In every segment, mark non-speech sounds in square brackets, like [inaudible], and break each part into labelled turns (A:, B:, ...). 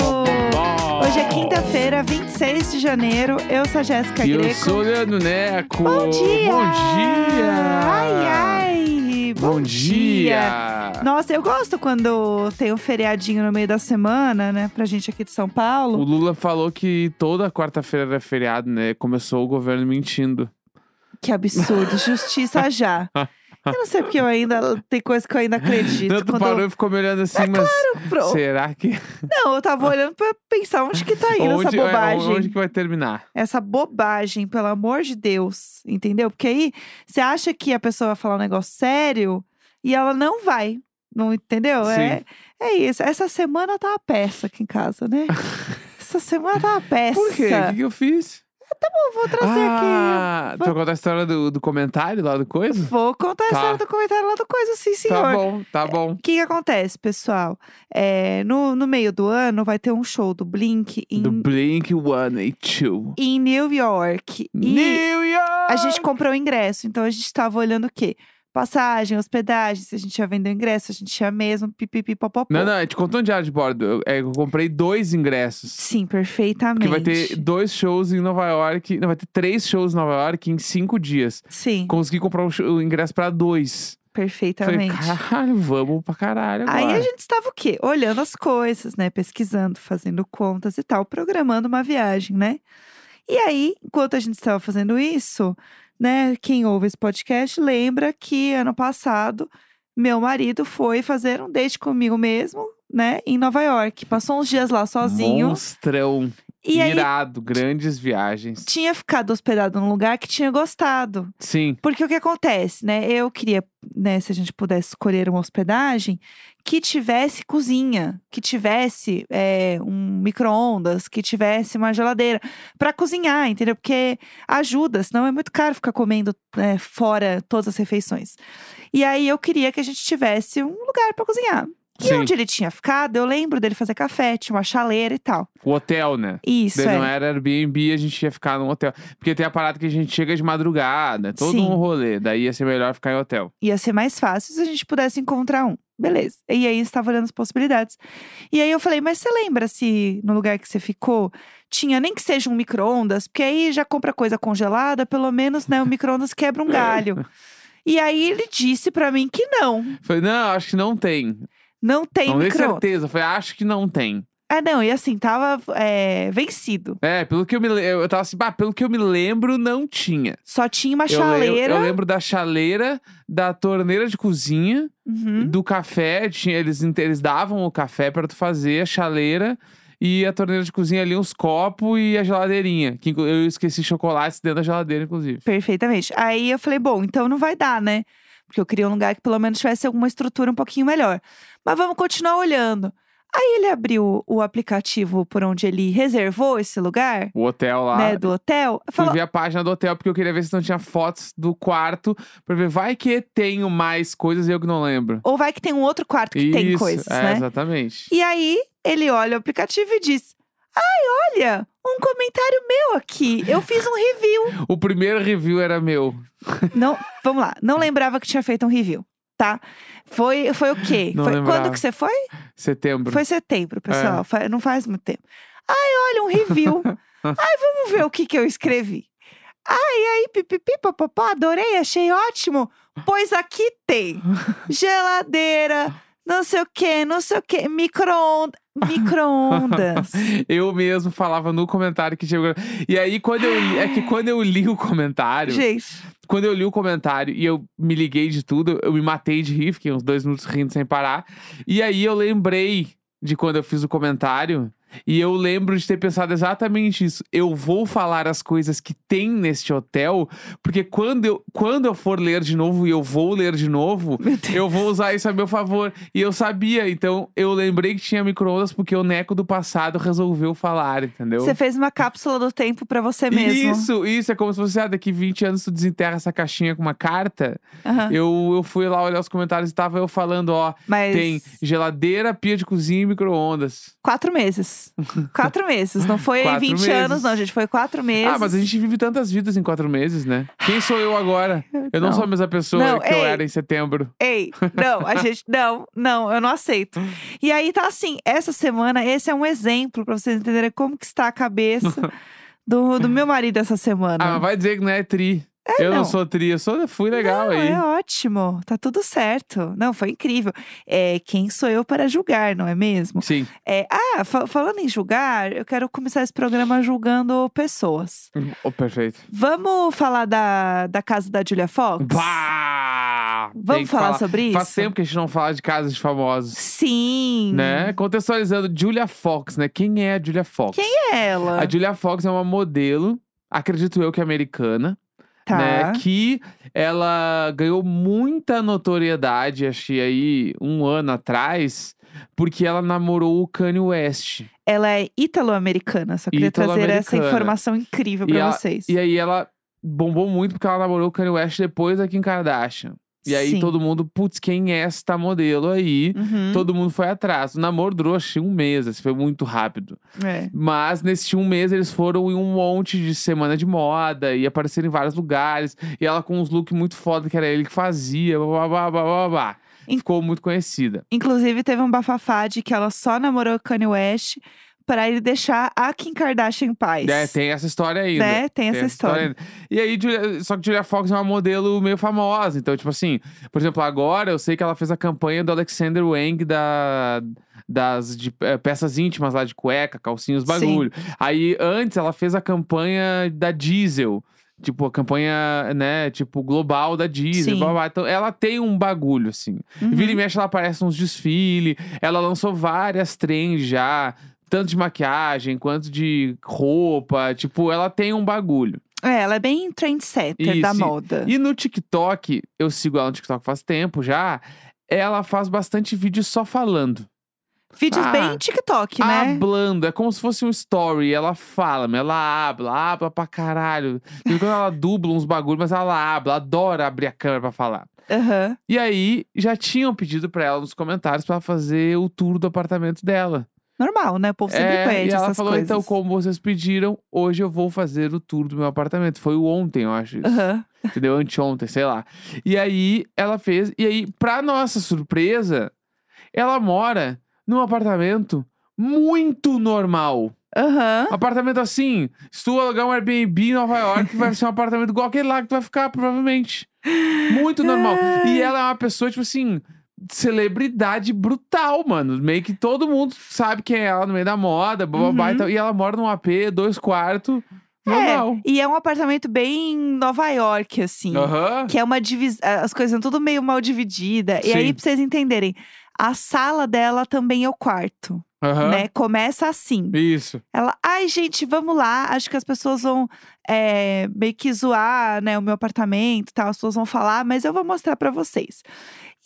A: um Hoje é quinta-feira, 26 de janeiro. Eu sou a Jéssica
B: E
A: Greco.
B: eu sou o Leandro Neco.
A: Bom dia!
B: Bom dia!
A: Ai, ai!
B: Bom, dia!
A: Nossa, eu gosto quando tem um feriadinho no meio da semana, né? Pra gente aqui de São
B: O
A: Paulo.
B: Lula falou que toda quarta-feira era feriado, né? Começou o governo mentindo.
A: Que absurdo.
B: [laughs]
A: Justiça já. Eu não sei porque eu ainda. Tem coisa que eu ainda acredito.
B: Tanto
A: Quando É
B: parou
A: eu-
B: e ficou me olhando assim, mas
A: [laughs] Pro-
B: será que.
A: Não, eu tava olhando pra pensar onde que tá indo essa
B: onde, é,
A: bobagem.
B: onde que vai terminar?
A: essa bobagem, pelo amor de Deus, entendeu? Porque aí você acha que a pessoa vai falar um negócio sério e ela não vai. Não entendeu? É,
B: Sim.
A: é isso. Essa semana tá uma peça aqui em
B: [laughs]
A: casa, né? Essa semana tá uma peça.
B: Por quê? O que, que eu fiz?
A: Eu vou trazer
B: ah, tu vai contar a história do, do comentário lá do
A: aqui.
B: coisa?
A: Vou
B: Tá.
A: contar a história do comentário lá do coisa, sim, senhor.
B: Tá bom, tá bom.
A: O que, que acontece, pessoal? É, no, no meio do ano vai ter um show do Blink em,
B: Do Blink 182.
A: em New York. E-
B: New York!
A: A gente comprou o ingresso, então a gente tava olhando o quê? Passagem, hospedagem, se a gente ia vender o ingresso, se a gente ia mesmo, pipipi, popopó.
B: Não, não, a gente contou um diário de bordo. Eu, é, eu comprei dois ingressos.
A: Sim, perfeitamente.
B: Porque vai ter dois shows em Nova York. Não, vai ter três shows em Nova York em cinco dias.
A: Sim,
B: Consegui comprar o, show- o ingresso pra dois.
A: perfeitamente.
B: Falei, caralho, vamos pra caralho agora.
A: Aí a gente estava o quê? Olhando as coisas, né? Pesquisando, fazendo contas e tal, programando uma viagem, né? E aí, enquanto a gente estava fazendo isso, né? Quem ouve esse podcast lembra que ano passado meu marido foi fazer um date comigo mesmo, né? Em Nova York. Passou uns dias lá sozinho.
B: Monstrão,
A: e aí
B: irado, grandes viagens.
A: tinha ficado hospedado num lugar que tinha gostado.
B: Sim,
A: Porque o que acontece, né? Eu queria, né, se a gente pudesse escolher uma hospedagem que tivesse cozinha, que tivesse é, um micro-ondas, que tivesse uma geladeira para cozinhar, entendeu? Porque ajuda, senão é muito caro ficar comendo né, fora todas as refeições. E aí eu queria que a gente tivesse um lugar para cozinhar. E
B: sim.
A: onde ele tinha ficado, eu lembro dele fazer café, tinha uma chaleira e tal.
B: O hotel, né?
A: Isso,
B: Daí
A: é.
B: não era Airbnb, a gente ia ficar num hotel. Porque tem a parada que a gente chega de madrugada, é todo
A: Sim.
B: um rolê. Daí ia ser melhor ficar em hotel.
A: ia ser mais fácil se a gente pudesse encontrar um. Beleza. E aí eu estava olhando as possibilidades. E aí eu falei, mas você lembra se no lugar que você ficou tinha nem que seja um micro-ondas? Porque aí já compra coisa congelada, pelo menos, né? O micro-ondas
B: [laughs]
A: quebra um galho. E aí ele disse pra mim que não,
B: Falei, não, acho que não tem.
A: não tem
B: não tenho
A: micro-ondas.
B: certeza. Falei, acho que não tem.
A: Ah, não, e assim, tava é, vencido.
B: É, pelo que eu me le- eu, eu tava assim, bah, pelo que eu me lembro, não tinha.
A: Só tinha uma
B: Eu le-
A: chaleira.
B: Eu, lembro da chaleira, da torneira de cozinha,
A: Uhum.
B: do café. Tinha, eles, inte- eles davam o café pra tu fazer, a chaleira e a torneira de cozinha ali, uns copos e a geladeirinha. Que inclu- eu esqueci chocolates dentro da geladeira, inclusive.
A: Perfeitamente. Aí eu falei, bom, então não vai dar, né? Porque eu queria um lugar que pelo menos tivesse alguma estrutura um pouquinho melhor. Mas vamos continuar olhando. Aí ele abriu o aplicativo por onde ele reservou esse lugar,
B: O hotel lá.
A: né, do hotel.
B: Fui
A: Falou,
B: ver a página do hotel porque eu queria ver se não tinha fotos do quarto pra ver vai que tenho mais coisas e eu que não lembro.
A: ou vai que tem um outro quarto que tem
B: Isso,
A: coisas,
B: é,
A: né?
B: Exatamente.
A: E aí ele olha o aplicativo e diz: Ai, olha, um comentário meu aqui. Eu fiz um review.
B: O primeiro review era meu.
A: não, vamos lá. Não lembrava que tinha feito um review, tá? Foi, foi o quê?
B: Não
A: Foi-
B: lembrava.
A: quando que você foi?
B: Setembro.
A: Foi setembro, pessoal.
B: É.
A: Fa- Não faz muito tempo. Ai, olha,
B: [laughs]
A: um review. Ai, vamos ver o que, que eu escrevi. Ai, ai, pipipi, papapá, adorei, achei ótimo. Pois aqui
B: [laughs]
A: tem geladeira, não sei o que, não sei o que, micro-ondas.
B: [laughs]
A: Micro-ondas.
B: Eu mesmo falava no comentário que chegou. E aí, quando eu li, é que quando eu li o comentário,
A: Gente,
B: quando eu li o comentário e eu me liguei de tudo, eu me matei de rir, fiquei uns dois minutos rindo sem parar. E aí eu lembrei de quando eu fiz o comentário. E eu lembro de ter pensado exatamente isso. Eu vou falar as coisas que tem neste hotel, porque quando eu, quando eu for ler de novo, e eu vou ler de novo,
A: meu Deus.
B: eu vou usar isso a meu favor. E eu sabia, então eu lembrei que tinha micro-ondas porque o Neco do passado resolveu falar, entendeu?
A: Você fez uma cápsula do tempo pra você mesmo.
B: Isso, isso. É como se fosse, ah, daqui 20 anos tu desenterra essa caixinha com uma carta.
A: Aham.
B: Eu, eu fui lá olhar os comentários e tava eu falando, ó,
A: Mas
B: tem geladeira, pia de cozinha e micro-ondas.
A: quatro meses. meses. quatro meses. Não foi
B: [laughs] Quatro
A: 20
B: meses.
A: anos, não, gente. Foi quatro meses.
B: Ah, mas a gente vive tantas vidas em quatro meses, né? Quem sou eu agora? Eu não,
A: Não.
B: sou a mesma pessoa
A: Não, é-
B: que eu
A: ei.
B: era em setembro.
A: Ei, não,
B: [laughs]
A: a gente. Não, não, eu não aceito. E aí tá assim, essa semana, esse é um exemplo pra vocês entenderem como que está
B: [laughs]
A: a cabeça do, do meu marido essa
B: Ah, mas
A: semana.
B: vai dizer que não é tri. eu não.
A: não.
B: sou tri, eu sou, fui legal
A: Não,
B: aí.
A: é ótimo, tá tudo certo. Não, foi incrível. É, quem sou eu para julgar, não é mesmo?
B: Sim.
A: É, ah, fa- falando em julgar, eu quero começar esse programa julgando pessoas.
B: Oh, perfeito.
A: Vamos falar da, da casa da Julia Fox?
B: Bah! Tem
A: Vamos
B: que
A: falar, sobre isso?
B: Faz tempo que a gente não fala de casas de famosos.
A: Sim.
B: Né? Contextualizando, Julia Fox, né? Quem é a Julia Fox?
A: Quem é ela?
B: A Julia Fox é uma modelo, acredito eu que é americana,
A: tá.
B: né? Que ela ganhou muita notoriedade, achei aí, um ano atrás, porque ela namorou o Kanye West.
A: Ela é italo-americana, só queria trazer essa
B: Ítalo-americana.
A: informação incrível
B: E
A: pra
B: a-
A: vocês.
B: E é- aí ela bombou muito porque ela namorou o Kanye West depois da Kim Kardashian. E aí
A: Sim.
B: todo mundo, putz, quem é esta modelo aí?
A: Uhum,
B: Todo mundo foi atrás. O namoro durou acho, um mês, assim, foi muito rápido.
A: é.
B: Mas nesse um mês eles foram em um monte de semana de moda e apareceram em vários lugares. E ela com uns looks muito foda que era ele que fazia, blá blá blá blá blá. blá.
A: In-
B: Ficou muito conhecida.
A: Inclusive, teve um bafafá de que ela só namorou o Kanye West pra ele deixar a Kim Kardashian em paz.
B: Né, tem essa história ainda.
A: Né? Tem essa história.
B: ainda. E aí, Julia- só que Julia Fox é uma modelo meio famosa. Então, tipo assim, por exemplo, agora eu sei que ela fez a campanha do Alexander Wang da, das de, eh, peças íntimas lá de cueca, calcinhos, bagulho. Aí, antes, ela fez a campanha da Diesel. Tipo, a campanha, né, tipo, global da Diesel.
A: Sim.
B: Blá, blá. Então, ela tem um bagulho, assim.
A: Uhum.
B: Vira e mexe, ela aparece nos desfiles. Ela lançou várias trends já. Tanto de maquiagem, quanto de roupa. Tipo, ela tem um bagulho.
A: É, ela é bem trendsetter da
B: Isso, e-
A: moda.
B: E no TikTok, eu sigo ela no TikTok faz tempo já. Ela faz bastante vídeo só falando.
A: Vídeos
B: Ah,
A: bem TikTok, né?
B: Hablando. É como se fosse um story. Ela fala, meu, ela habla, habla pra caralho. De vez em quando ela dubla uns bagulhos, mas ela habla, adora abrir a câmera pra falar.
A: Aham.
B: E aí, já tinham pedido pra ela nos comentários pra ela fazer o tour do apartamento dela.
A: Normal, né? O povo sempre
B: É,
A: pede
B: e ela
A: essas
B: falou,
A: coisas.
B: então, como vocês pediram, hoje eu vou fazer o tour do meu apartamento. Foi o ontem, eu acho isso.
A: Aham.
B: Entendeu? Anteontem, sei lá. E aí, ela fez... E aí, pra nossa surpresa, ela mora num apartamento muito normal.
A: Aham.
B: Apartamento assim, se tu alugar um Airbnb em Nova York, vai ser um apartamento igual aquele lá que tu vai ficar, provavelmente. Muito normal. E ela é uma pessoa, tipo assim, celebridade brutal, mano. Meio que todo mundo sabe quem é ela no meio da moda, blá, blá, blá, e
A: Uhum.
B: tal. E ela mora num AP, dois quartos,
A: É,
B: normal.
A: e é um apartamento bem em Nova York, assim.
B: Aham.
A: Que é uma divisão. As coisas são tudo meio mal dividida. E
B: Sim.
A: aí, pra vocês entenderem, a sala dela também é o quarto,
B: Aham.
A: né? Começa assim.
B: Isso.
A: Ela, ai, gente, vamos lá. Acho que as pessoas vão é, meio que zoar, né? O meu apartamento e tal. As pessoas vão falar, mas eu vou mostrar pra vocês.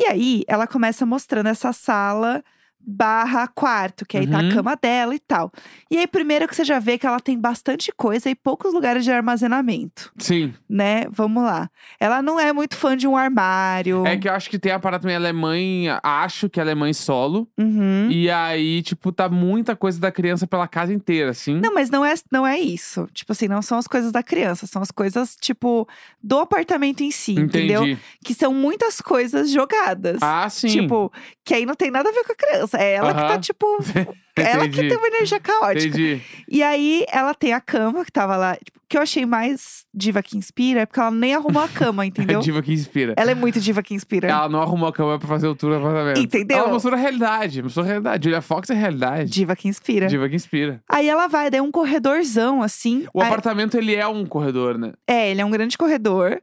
A: E aí, ela começa mostrando essa sala barra quarto, que aí tá
B: Uhum.
A: a cama dela e tal. E aí, primeiro que você já vê que ela tem bastante coisa e poucos lugares de armazenamento
B: Sim.
A: né? Vamos lá. Ela não é muito fã de um armário.
B: É que eu acho que tem a parada também, ela é mãe, acho que ela é mãe solo.
A: Uhum.
B: E aí, tipo, tá muita coisa da criança pela casa inteira, assim.
A: Não, mas não é, não é isso. Tipo assim, não são as coisas da criança, são as coisas, tipo, do apartamento em si,
B: Entendi.
A: entendeu? Que são muitas coisas jogadas.
B: Ah, sim.
A: Tipo, que aí não tem nada a ver com a criança. É ela que
B: Aham.
A: tá,
B: [laughs]
A: tipo. ela que
B: Entendi.
A: tem um uma energia caótica.
B: Entendi.
A: E aí ela tem a cama que tava lá. tipo, que eu achei mais diva que inspira é porque ela nem arrumou
B: [laughs]
A: a cama,
B: É
A: entendeu?
B: diva que inspira.
A: Ela é muito diva que inspira.
B: Ela não arrumou a cama pra fazer o tour do apartamento.
A: Entendeu?
B: Ela mostrou a realidade. Mostrou a realidade. Julia Fox é realidade.
A: Diva que inspira.
B: Diva que inspira.
A: Aí ela vai, daí é um corredorzão, assim.
B: O
A: Aí-
B: apartamento, ele é um corredor, né?
A: É, ele é um grande corredor.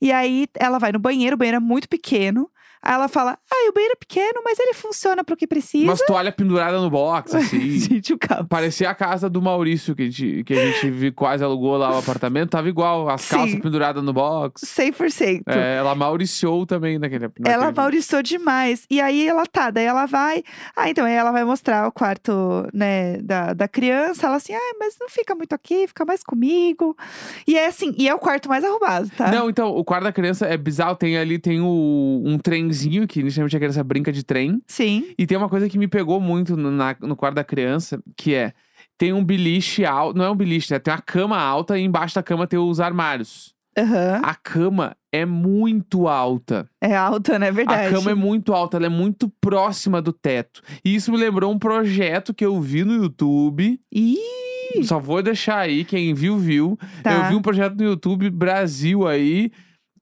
A: E aí ela vai no banheiro, o banheiro é muito pequeno. Aí ela fala: Ah, o banheiro é pequeno, mas ele funciona pro que precisa.
B: Umas toalhas penduradas no box, assim.
A: [laughs] Gente, o caos.
B: Parecia a casa do Maurício, que a gente, que a gente vi- quase alugou lá o apartamento. Tava igual, as
A: Sim.
B: calças penduradas no box.
A: 100%.
B: É, ela mauriciou também naquele naquele
A: Ela
B: dia.
A: mauriçou demais. E aí ela tá, daí ela vai. Ah, então aí ela vai mostrar o quarto, né, da, da criança. Ela assim, ah, mas não fica muito aqui, fica mais comigo. E é assim, e é o quarto mais arrumado, tá?
B: Não, então, o quarto da criança é bizarro. Tem ali, tem o, um trenzinho trenzinho, que inicialmente era essa brinca de trem.
A: Sim.
B: E tem uma coisa que me pegou muito no, na- no quarto da criança, que é... Tem um beliche alto... Não é um beliche, né? Tem uma cama alta e embaixo da cama tem os armários.
A: Aham.
B: A cama é muito alta.
A: É alta, né? Verdade.
B: A cama é muito alta, ela é muito próxima do teto. E isso me lembrou um projeto que eu vi no YouTube.
A: Ih,
B: Só vou deixar aí, quem viu, viu.
A: tá.
B: Eu vi um projeto no YouTube Brasil aí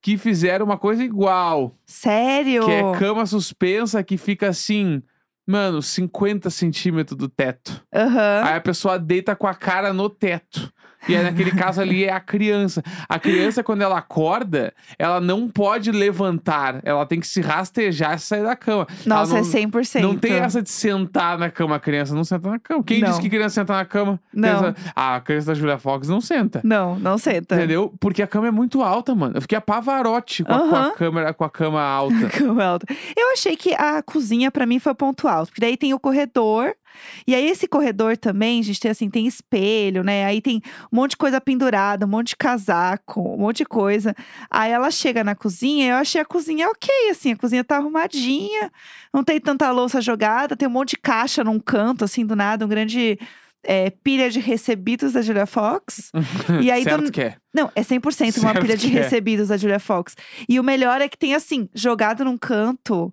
B: que fizeram uma coisa igual.
A: Sério?
B: Que é cama suspensa que fica assim, mano, 50 centímetros do teto.
A: Aham.
B: Aí a pessoa deita com a cara no teto. E aí, naquele caso ali é a criança. A criança, quando ela acorda, ela não pode levantar. Ela tem que se rastejar e sair da cama. Ela
A: Nossa, é
B: não,
A: 100%.
B: não tem essa de sentar na cama, a criança não senta na cama. Quem
A: Não.
B: disse que criança senta na cama?
A: Não.
B: Criança- Ah, a criança da Julia Fox não senta.
A: Não, não senta.
B: Entendeu? Porque a cama é muito alta, mano. Eu fiquei apavarote com, a, com a
A: Aham.
B: câmera, com a cama alta.
A: [laughs] Cama alta. tá. Eu achei que a cozinha, pra mim, foi o ponto alto. Porque daí tem o corredor. E aí, esse corredor também, gente, tem assim, tem espelho, né? Aí tem um monte de coisa pendurada, um monte de casaco, um monte de coisa. Aí ela chega na cozinha, eu achei a cozinha ok, assim, a cozinha tá arrumadinha, não tem tanta louça jogada, tem um monte de caixa num canto, assim, do nada, um grande. é, pilha de recebidos da Julia
B: [laughs]
A: Fox. E aí, do
B: certo que é.
A: não, é 100% uma
B: Certo
A: pilha de
B: que é.
A: recebidos da Julia Fox. E o melhor é que tem, assim, jogado num canto,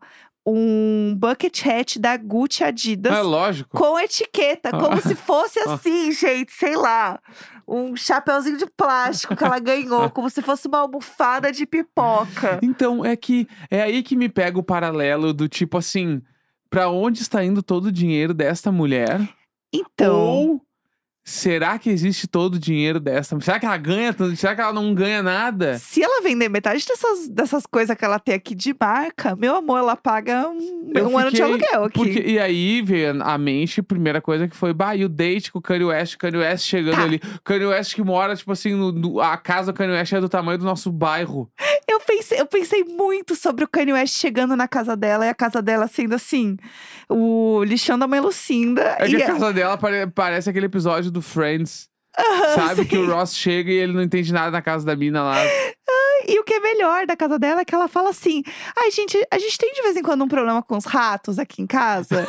A: um bucket hat da Gucci Adidas.
B: É lógico.
A: Com etiqueta, como
B: Ah.
A: se fosse assim, gente, sei lá. Um chapeuzinho de plástico que ela
B: Ah.
A: ganhou, como se fosse uma almofada de pipoca.
B: Então, é que é aí que me pega o paralelo do tipo assim, pra onde está indo todo o dinheiro desta mulher?
A: Então,
B: Ou será que existe todo o dinheiro desta? Será que ela ganha tanto? Será que ela não ganha nada?
A: se ela vender metade dessas, dessas coisas que ela tem aqui de marca, meu amor, ela paga um,
B: Eu
A: um ano de
B: fiquei-
A: aluguel aqui.
B: Porque, e aí veio a mente, a primeira coisa que foi, bah, e o date com o Kanye West, Kanye West chegando
A: Tá.
B: ali. Kanye West que mora, tipo assim, no- no- a casa do Kanye West é do tamanho do nosso bairro.
A: Eu pensei, eu pensei muito sobre o Kanye West chegando na casa dela e a casa dela sendo assim, o lixão da mãe Lucinda.
B: É que
A: e
B: a casa dela pare- parece aquele episódio do Friends.
A: Aham,
B: Sabe
A: sim.
B: que o Ross chega e ele não entende nada na casa da mina lá.
A: [laughs] E o que é melhor da casa dela é que ela fala assim: ai, gente, a gente tem de vez em quando um problema com os ratos aqui
B: [laughs]
A: em casa.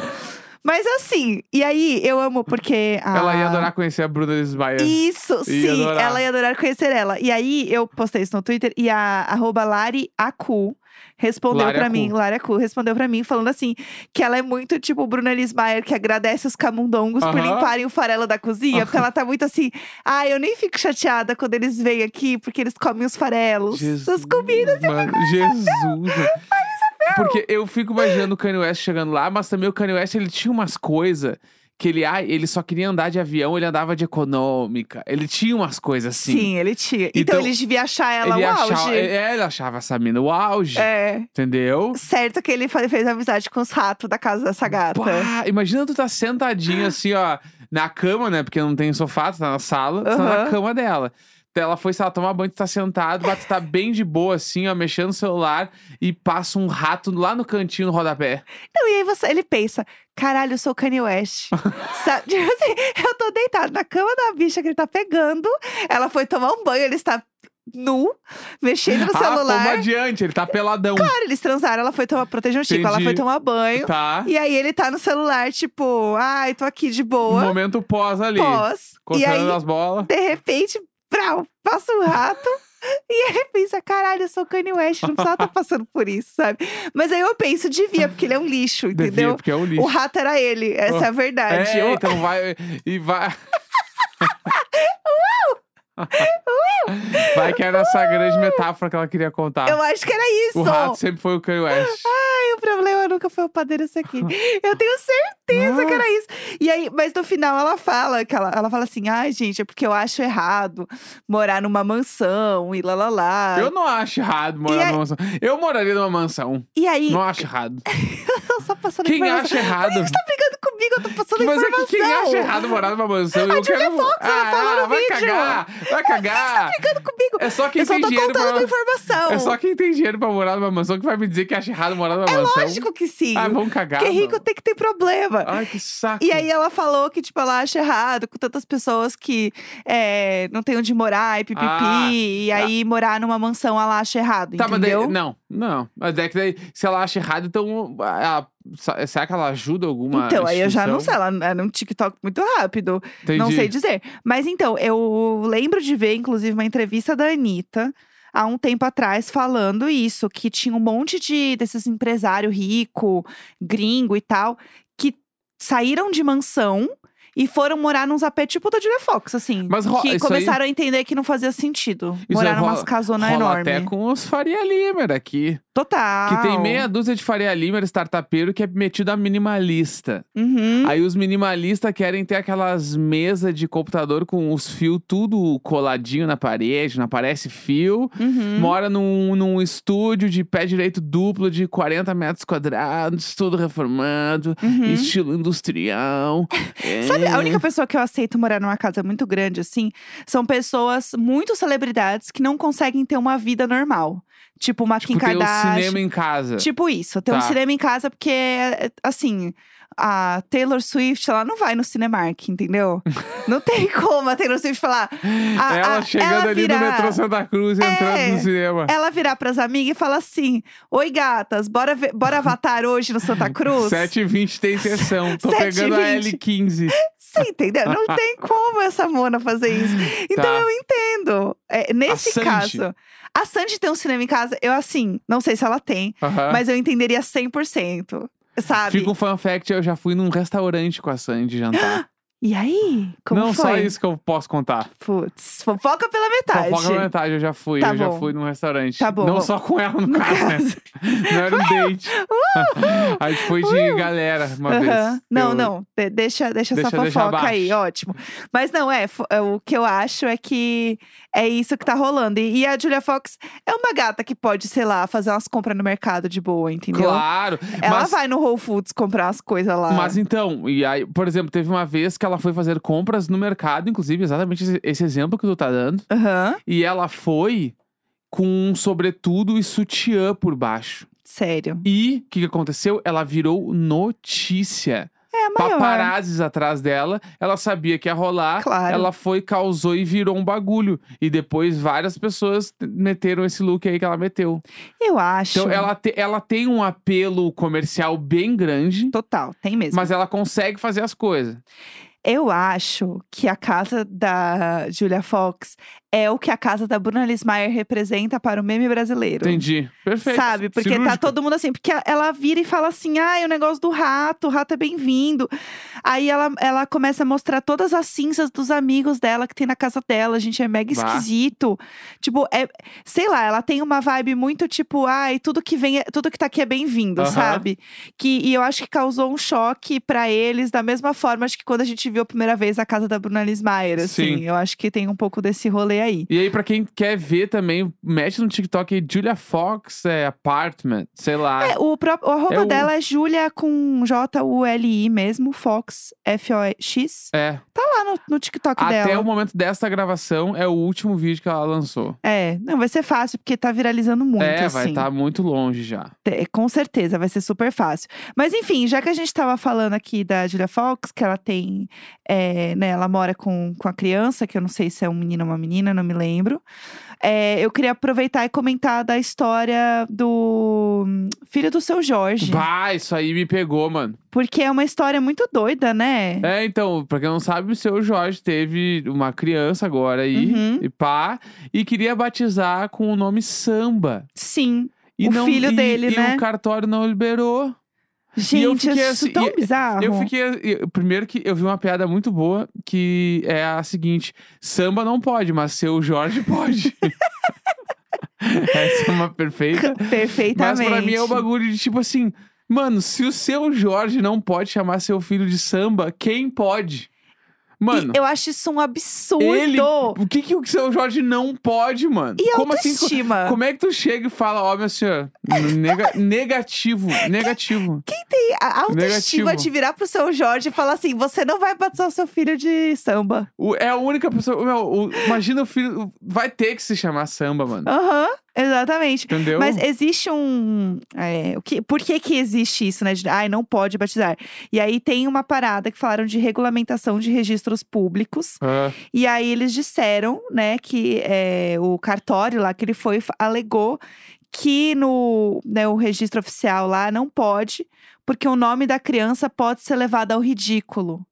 A: Mas assim, e aí eu amo porque. A...
B: Ela ia adorar conhecer a Bruna Lismayer.
A: Ah. Isso, sim,
B: adorar.
A: ela ia adorar conhecer ela. E aí eu postei isso no Twitter e a arroba Lari Acu respondeu
B: Lari
A: pra
B: Acu.
A: mim, Lari Acu respondeu pra mim falando assim, que ela é muito tipo Bruna Lismayer, que agradece os camundongos por
B: Aham.
A: limparem o farelo da cozinha, porque ela tá muito assim, ah, eu nem fico chateada quando eles vêm aqui, porque eles comem os farelos das comidas.
B: mano, Jesus. mano.
A: é
B: Porque eu fico imaginando o Kanye West chegando lá, mas também o Kanye West, ele tinha umas coisas que ele, ai, ele só queria andar de avião, ele andava de econômica. Ele tinha umas coisas assim.
A: Sim, ele tinha. Então,
B: Então,
A: eles deviam achar ela
B: ele
A: o auge.
B: achava, é, ele achava essa mina o auge,
A: É.
B: entendeu?
A: Certo que ele fa- fez amizade com os ratos da casa dessa gata.
B: Pá, imagina tu tá sentadinho assim, ó, na cama, né? Porque não tem sofá, tu tá na sala, tu tá na
A: Aham.
B: cama dela. Então Ela foi, sei lá, tomar banho, tu tá sentado, mas tu tá bem de boa, assim, ó, mexendo no celular e passa um rato lá no cantinho no rodapé.
A: Não, e aí você, ele pensa, caralho, eu sou o Kanye
B: [laughs]
A: West. Sabe? Tipo assim, eu tô deitado na cama da bicha que ele tá pegando. Ela foi tomar um banho, ele está nu, mexendo no
B: ah, vamos
A: celular.
B: adiante, ele tá peladão.
A: Claro, eles transaram, ela foi tomar, proteger um Chico, ela foi
B: Entendi.
A: tomar banho.
B: Tá?
A: E aí ele tá no celular, tipo, ai, tô aqui de
B: Um
A: boa.
B: momento pós ali.
A: Pós. E aí,
B: Coçando as bolas.
A: de repente, prau, passa um rato. [laughs] E ele pensa, caralho, eu sou o Kanye West, não precisava estar passando por isso, sabe? Mas aí eu penso, devia, porque ele é um lixo,
B: Devia,
A: entendeu?
B: porque é o lixo.
A: O rato era ele, essa é a verdade.
B: É,
A: Eu-
B: então vai e
A: [laughs]
B: vai. [laughs] Vai que era essa grande metáfora que ela queria contar.
A: Eu acho que era isso.
B: O rato sempre foi o Kanye West.
A: Ai, o problema nunca foi o padeiro isso aqui. Eu tenho certeza que
B: Ah.
A: era isso. E aí, mas no final ela fala que ela, ela fala assim: ai, gente, é porque eu acho errado morar numa mansão e lá lá lá.
B: Eu não acho errado morar
A: E aí-
B: numa mansão. Eu moraria numa mansão.
A: E aí,
B: Não acho errado.
A: [laughs] eu só passando
B: Quem
A: informação.
B: acha errado?
A: Por que você tá brigando Amiga, eu tô passando
B: Mas é
A: informação. Ah,
B: que quem acha errado morar numa mansão, eu
A: Julia
B: quero...
A: Fox, ela
B: ah,
A: falou no
B: vai
A: vídeo.
B: cagar, vai cagar.
A: Brincando Tá comigo.
B: É só quem
A: eu só
B: tem
A: tô
B: dinheiro
A: contando uma
B: pra...
A: informação.
B: É só quem tem dinheiro pra morar numa mansão que vai me dizer que acha errado morar numa
A: É
B: mansão.
A: lógico que sim.
B: Ah, vão cagar.
A: Porque
B: não.
A: rico tem que ter problema.
B: Ai, que saco.
A: E aí ela falou que, tipo, ela acha errado com tantas pessoas que é, não tem onde morar e pipipi.
B: Ah,
A: e aí morar numa mansão ela acha errado,
B: Tá, mas daí,
A: entendeu?
B: não, não. Mas daí, que daí, se ela acha errado, então. Ela, sa- será que ela ajuda alguma.
A: então, aí eu já não sei,
B: instituição?
A: ela era um TikTok muito rápido. Não
B: Entendi.
A: sei dizer. Mas então, eu lembro de ver, inclusive, uma entrevista da Anitta há um tempo atrás falando isso, que tinha um monte de desses empresário rico, gringo e tal, que saíram de mansão. E foram morar num apé tipo da Julia Fox, assim.
B: Mas ro-
A: que
B: isso aí-
A: começaram a entender que não fazia sentido.
B: aí
A: morar numa
B: rola-
A: casona
B: Rola
A: enorme.
B: até com os Faria Limer aqui.
A: Total.
B: Que tem meia dúzia de Faria Limer startupeiro que é metido a minimalista.
A: Uhum.
B: Aí os minimalistas querem ter aquelas mesas de computador com os fios tudo coladinho na parede, não aparece fio.
A: uhum.
B: Mora num, num estúdio de pé direito duplo de 40 metros quadrados, tudo reformado,
A: Uhum.
B: estilo industrial. É.
A: [laughs] Sabe, a única pessoa que eu aceito morar numa casa muito grande, assim, são pessoas, muito celebridades, que não conseguem ter uma vida normal. Tipo uma
B: tipo,
A: Kim
B: ter
A: Kardashian.
B: um cinema em casa.
A: Tipo isso, ter um
B: Tá.
A: cinema em casa, porque, assim, a Taylor Swift, ela não vai no
B: [laughs]
A: Cinemark, entendeu? não tem como a Taylor Swift falar. a-
B: ela
A: a-
B: chegando
A: ela
B: ali no
A: virar-
B: metrô Santa Cruz,
A: É.
B: entrando no cinema.
A: Ela virar pras amigas e falar assim: Oi, gatas, bora, ver,
B: [laughs]
A: bora avatar hoje no Santa Cruz?
B: 7h20 tem sessão. Tô
A: 7h20.
B: pegando a L15.
A: Você entendeu?
B: [laughs]
A: Não tem como essa Mona fazer isso. Então
B: Tá.
A: eu entendo. É, nesse
B: Sandy.
A: caso, a Sandy tem um cinema em casa, eu assim, não sei se ela tem,
B: Aham.
A: mas eu entenderia 100%. Sabe?
B: Fica um fun fact, eu já fui num restaurante com a Sandy jantar.
A: E aí? [gasps] Como
B: Não
A: foi?
B: só isso que eu posso contar.
A: Putz, fofoca pela metade.
B: Fofoca na metade, eu já fui.
A: Tá
B: eu já
A: bom.
B: fui num restaurante.
A: Tá bom,
B: Não
A: bom.
B: só com ela, no,
A: No
B: caso, né?
A: [laughs] caso. Uh!
B: Não era um date. [laughs] a gente foi de galera uma
A: Aham.
B: vez.
A: Não,
B: Eu-
A: não. de- deixa, deixa, essa
B: Deixa- deixa
A: fofoca aí,
B: abaixo.
A: ótimo. Mas não, é, fo- é, O que eu acho é que é isso que tá rolando. E, e a Julia Fox é uma gata que pode, sei lá, fazer umas compras no mercado de boa, entendeu?
B: Claro.
A: Ela
B: mas,
A: vai no Whole Foods comprar as coisas lá.
B: mas então, e aí, por exemplo, teve uma vez que ela foi fazer compras no mercado, inclusive, exatamente esse- esse exemplo que tu tá dando.
A: Aham,
B: E ela foi com um sobretudo e sutiã por baixo.
A: sério.
B: E o que, que aconteceu? Ela virou notícia.
A: É a maior.
B: Paparazes atrás dela. Ela sabia que ia rolar.
A: Claro.
B: Ela foi, causou e virou um bagulho. E depois várias pessoas t- meteram esse look aí que ela meteu.
A: Eu acho.
B: Então ela, te- ela tem um apelo comercial bem grande,
A: Total, tem mesmo.
B: mas ela consegue fazer as coisas.
A: Eu acho que a casa da Julia Fox é o que a casa da Bruna Lismayer representa para o meme brasileiro.
B: Entendi. Perfeito.
A: Sabe? Porque tá
B: Cirúrgico.
A: todo mundo assim. Porque a- ela vira e fala assim: ah, é o negócio do rato, o rato é bem-vindo. Aí ela, ela começa a mostrar todas as cinzas dos amigos dela que tem na casa dela. Gente, é mega
B: Bah.
A: esquisito. Tipo, é, sei lá, ela tem uma vibe muito tipo, ai, tudo que vem, é- tudo que tá aqui é bem-vindo,
B: Aham.
A: sabe? Que, e eu acho que causou um choque pra eles, da mesma forma acho que quando a gente viu a primeira vez a casa da Bruna Lismayer, assim.
B: Sim.
A: Eu acho que tem um pouco desse rolê aí.
B: E aí, pra quem quer ver também, mete no TikTok aí, Julia Fox é, Apartment, sei lá.
A: É, o, pró- o arroba
B: É o-
A: dela é Julia com J-U-L-I mesmo, Fox, F-O-X.
B: É.
A: Tá lá no, no TikTok
B: Até
A: dela.
B: o momento desta gravação, é o último vídeo que ela lançou.
A: É, não, vai ser fácil, porque tá viralizando muito,
B: é, vai
A: assim.
B: estar muito longe já.
A: Te- Com certeza, vai ser super fácil. Mas enfim, já que a gente tava falando aqui da Julia Fox, que ela tem. é, né, ela mora com, com a criança, que eu não sei se é um menino ou uma menina, não me lembro. É, eu queria aproveitar e comentar da história do hum, filho do seu Jorge.
B: Pá, isso aí me pegou, mano.
A: Porque é uma história muito doida, né?
B: É, então, pra quem não sabe, o seu Jorge teve uma criança agora aí,
A: Uhum.
B: e pá, e queria batizar com o nome Samba.
A: Sim.
B: E
A: O
B: não,
A: filho
B: e-
A: dele,
B: e
A: né?
B: o cartório não liberou.
A: Gente,
B: eu fiquei
A: isso
B: assim-
A: tão
B: e-
A: bizarro.
B: Eu fiquei. eu- Primeiro que eu vi uma piada muito boa, que é a seguinte: samba não pode, mas seu Jorge [laughs] pode. Essa é uma perfeita. Mas
A: [laughs] Perfeitamente.
B: pra mim é o bagulho de tipo assim. Mano, se o seu Jorge não pode chamar seu filho de samba, quem pode? Mano,
A: E eu acho isso um absurdo.
B: ele. O que, que o seu Jorge não pode, mano?
A: E a
B: Como assim? co-
A: autoestima?
B: [laughs] Como é que tu chega e fala, ó, meu senhor, nega- negativo, negativo.
A: E a autoestima
B: Negativo.
A: de virar pro seu Jorge e falar assim: você não vai batizar o seu filho de samba.
B: O- é a única pessoa. Meu, o- imagina o filho. Vai ter que se chamar samba, mano.
A: Aham, exatamente.
B: Entendeu?
A: Mas é existe um. é, o que, por que, que existe isso, né? De, ai, não pode batizar. E aí tem uma parada que falaram de regulamentação de registros públicos.
B: Ah,
A: E aí eles disseram, né, que é, o cartório lá que ele foi fa- alegou que no né, o registro oficial lá não pode, porque o nome da criança pode ser levado ao ridículo.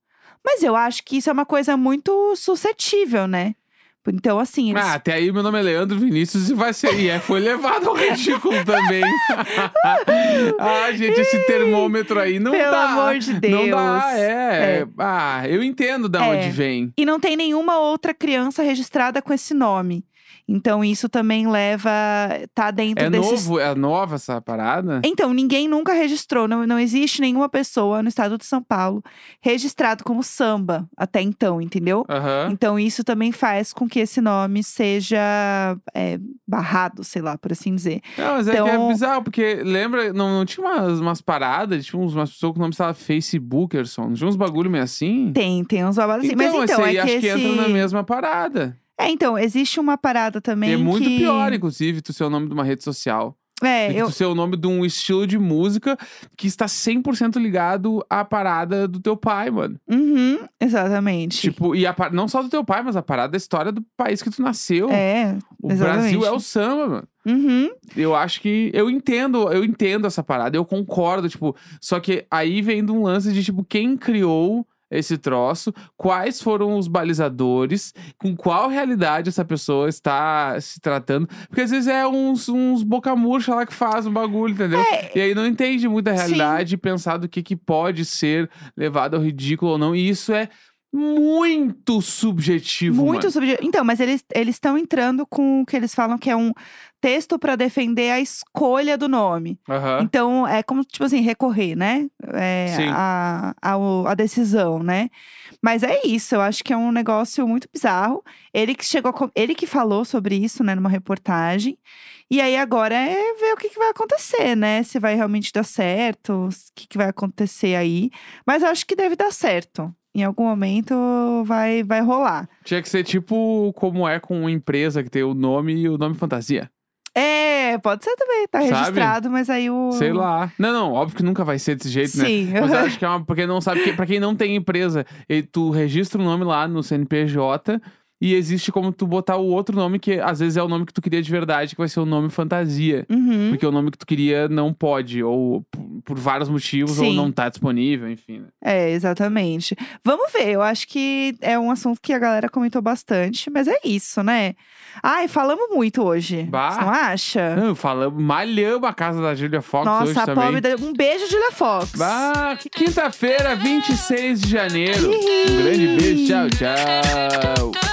A: Mas eu acho que isso é uma coisa muito suscetível, né? Então, assim, eles
B: ah, até aí meu nome é Leandro Vinícius e vai ser. E é, foi
A: [laughs]
B: levado ao ridículo também. [laughs] ah, gente, esse termômetro aí não
A: Pelo
B: dá.
A: amor de Deus.
B: Não dá, é.
A: É.
B: Ah, eu entendo da
A: É.
B: onde vem.
A: E não tem nenhuma outra criança registrada com esse nome. Então isso também leva. tá dentro
B: É
A: desses.
B: novo, é nova essa parada?
A: Então, ninguém nunca registrou, não, não existe nenhuma pessoa no estado de São Paulo registrado como samba até então, entendeu?
B: Aham.
A: Então, isso também faz com que esse nome seja é, barrado, sei lá, por assim dizer.
B: Não, mas é que é
A: Então-
B: bizarro, porque lembra, não, não tinha umas, umas paradas, tinha uns- umas pessoas com o nome, sei lá, Facebookerson, não tinha uns bagulho meio assim?
A: Tem, tem uns babados assim.
B: Então,
A: Mas
B: esse
A: então,
B: aí
A: é que
B: acho
A: esse.
B: que entra na mesma parada.
A: É, então, existe uma parada também.
B: E é muito
A: que-
B: pior, inclusive, tu ser o nome de uma rede social.
A: É,
B: e
A: eu,
B: Tu ser o nome de um estilo de música que está 100% ligado à parada do teu pai, mano.
A: Uhum, exatamente.
B: Tipo, e a par- não só do teu pai, mas a parada da história do país que tu nasceu.
A: é,
B: o
A: exatamente.
B: Brasil é o samba, mano.
A: uhum,
B: Eu acho que. Eu entendo, eu entendo essa parada, eu concordo, tipo. Só que aí vem de um lance de, tipo, quem criou esse troço, quais foram os balizadores, com qual realidade essa pessoa está se tratando. Porque às vezes é uns, uns boca murcha lá que faz o bagulho, entendeu? E aí não entende muito a
A: É. Sim.
B: realidade e pensar do que, que pode ser levado ao ridículo ou não. E isso é muito subjetivo.
A: muito
B: mano.
A: subjetivo. Então, mas eles eles estão entrando com o que eles falam que é um texto para defender a escolha do nome.
B: Aham.
A: Então, é como, tipo assim, recorrer, né? É,
B: Sim.
A: a, ao- a decisão, né? Mas é isso, eu acho que é um negócio muito bizarro. Ele que chegou, a co- ele que falou sobre isso, né, numa reportagem. E aí agora é ver o que, que vai acontecer, né? Se vai realmente dar certo, o que, que vai acontecer aí. Mas eu acho que deve dar certo. Em algum momento vai, vai rolar.
B: Tinha que ser tipo como é com uma empresa que tem o nome e o nome fantasia.
A: É, pode ser também, tá
B: Sabe?
A: registrado, mas aí o.
B: Sei lá. Não, não, óbvio que nunca vai ser desse jeito, né?
A: Hum. Sim, [laughs]
B: Mas eu acho que é uma. Pra quem não sabe, que- pra quem não tem empresa, e tu registra o nome lá no CNPJ e existe como tu botar o outro nome, que às vezes é o nome que tu queria de verdade, que vai ser o nome fantasia.
A: Uhum.
B: Porque o nome que tu queria não pode, ou por, por vários motivos, ou
A: Sim.
B: não tá disponível, enfim. né?
A: É, exatamente. Vamos ver, eu acho que é um assunto que a galera comentou bastante, mas é isso, né? Ai, falamos muito hoje.
B: Bah.
A: Você não acha?
B: Não, falamos, malhamos a casa da Julia Fox hoje
A: Nossa, a
B: também.
A: pobre da... Um beijo, Julia Fox.
B: Ah, quinta-feira, 26 de janeiro. Um grande beijo, tchau, tchau.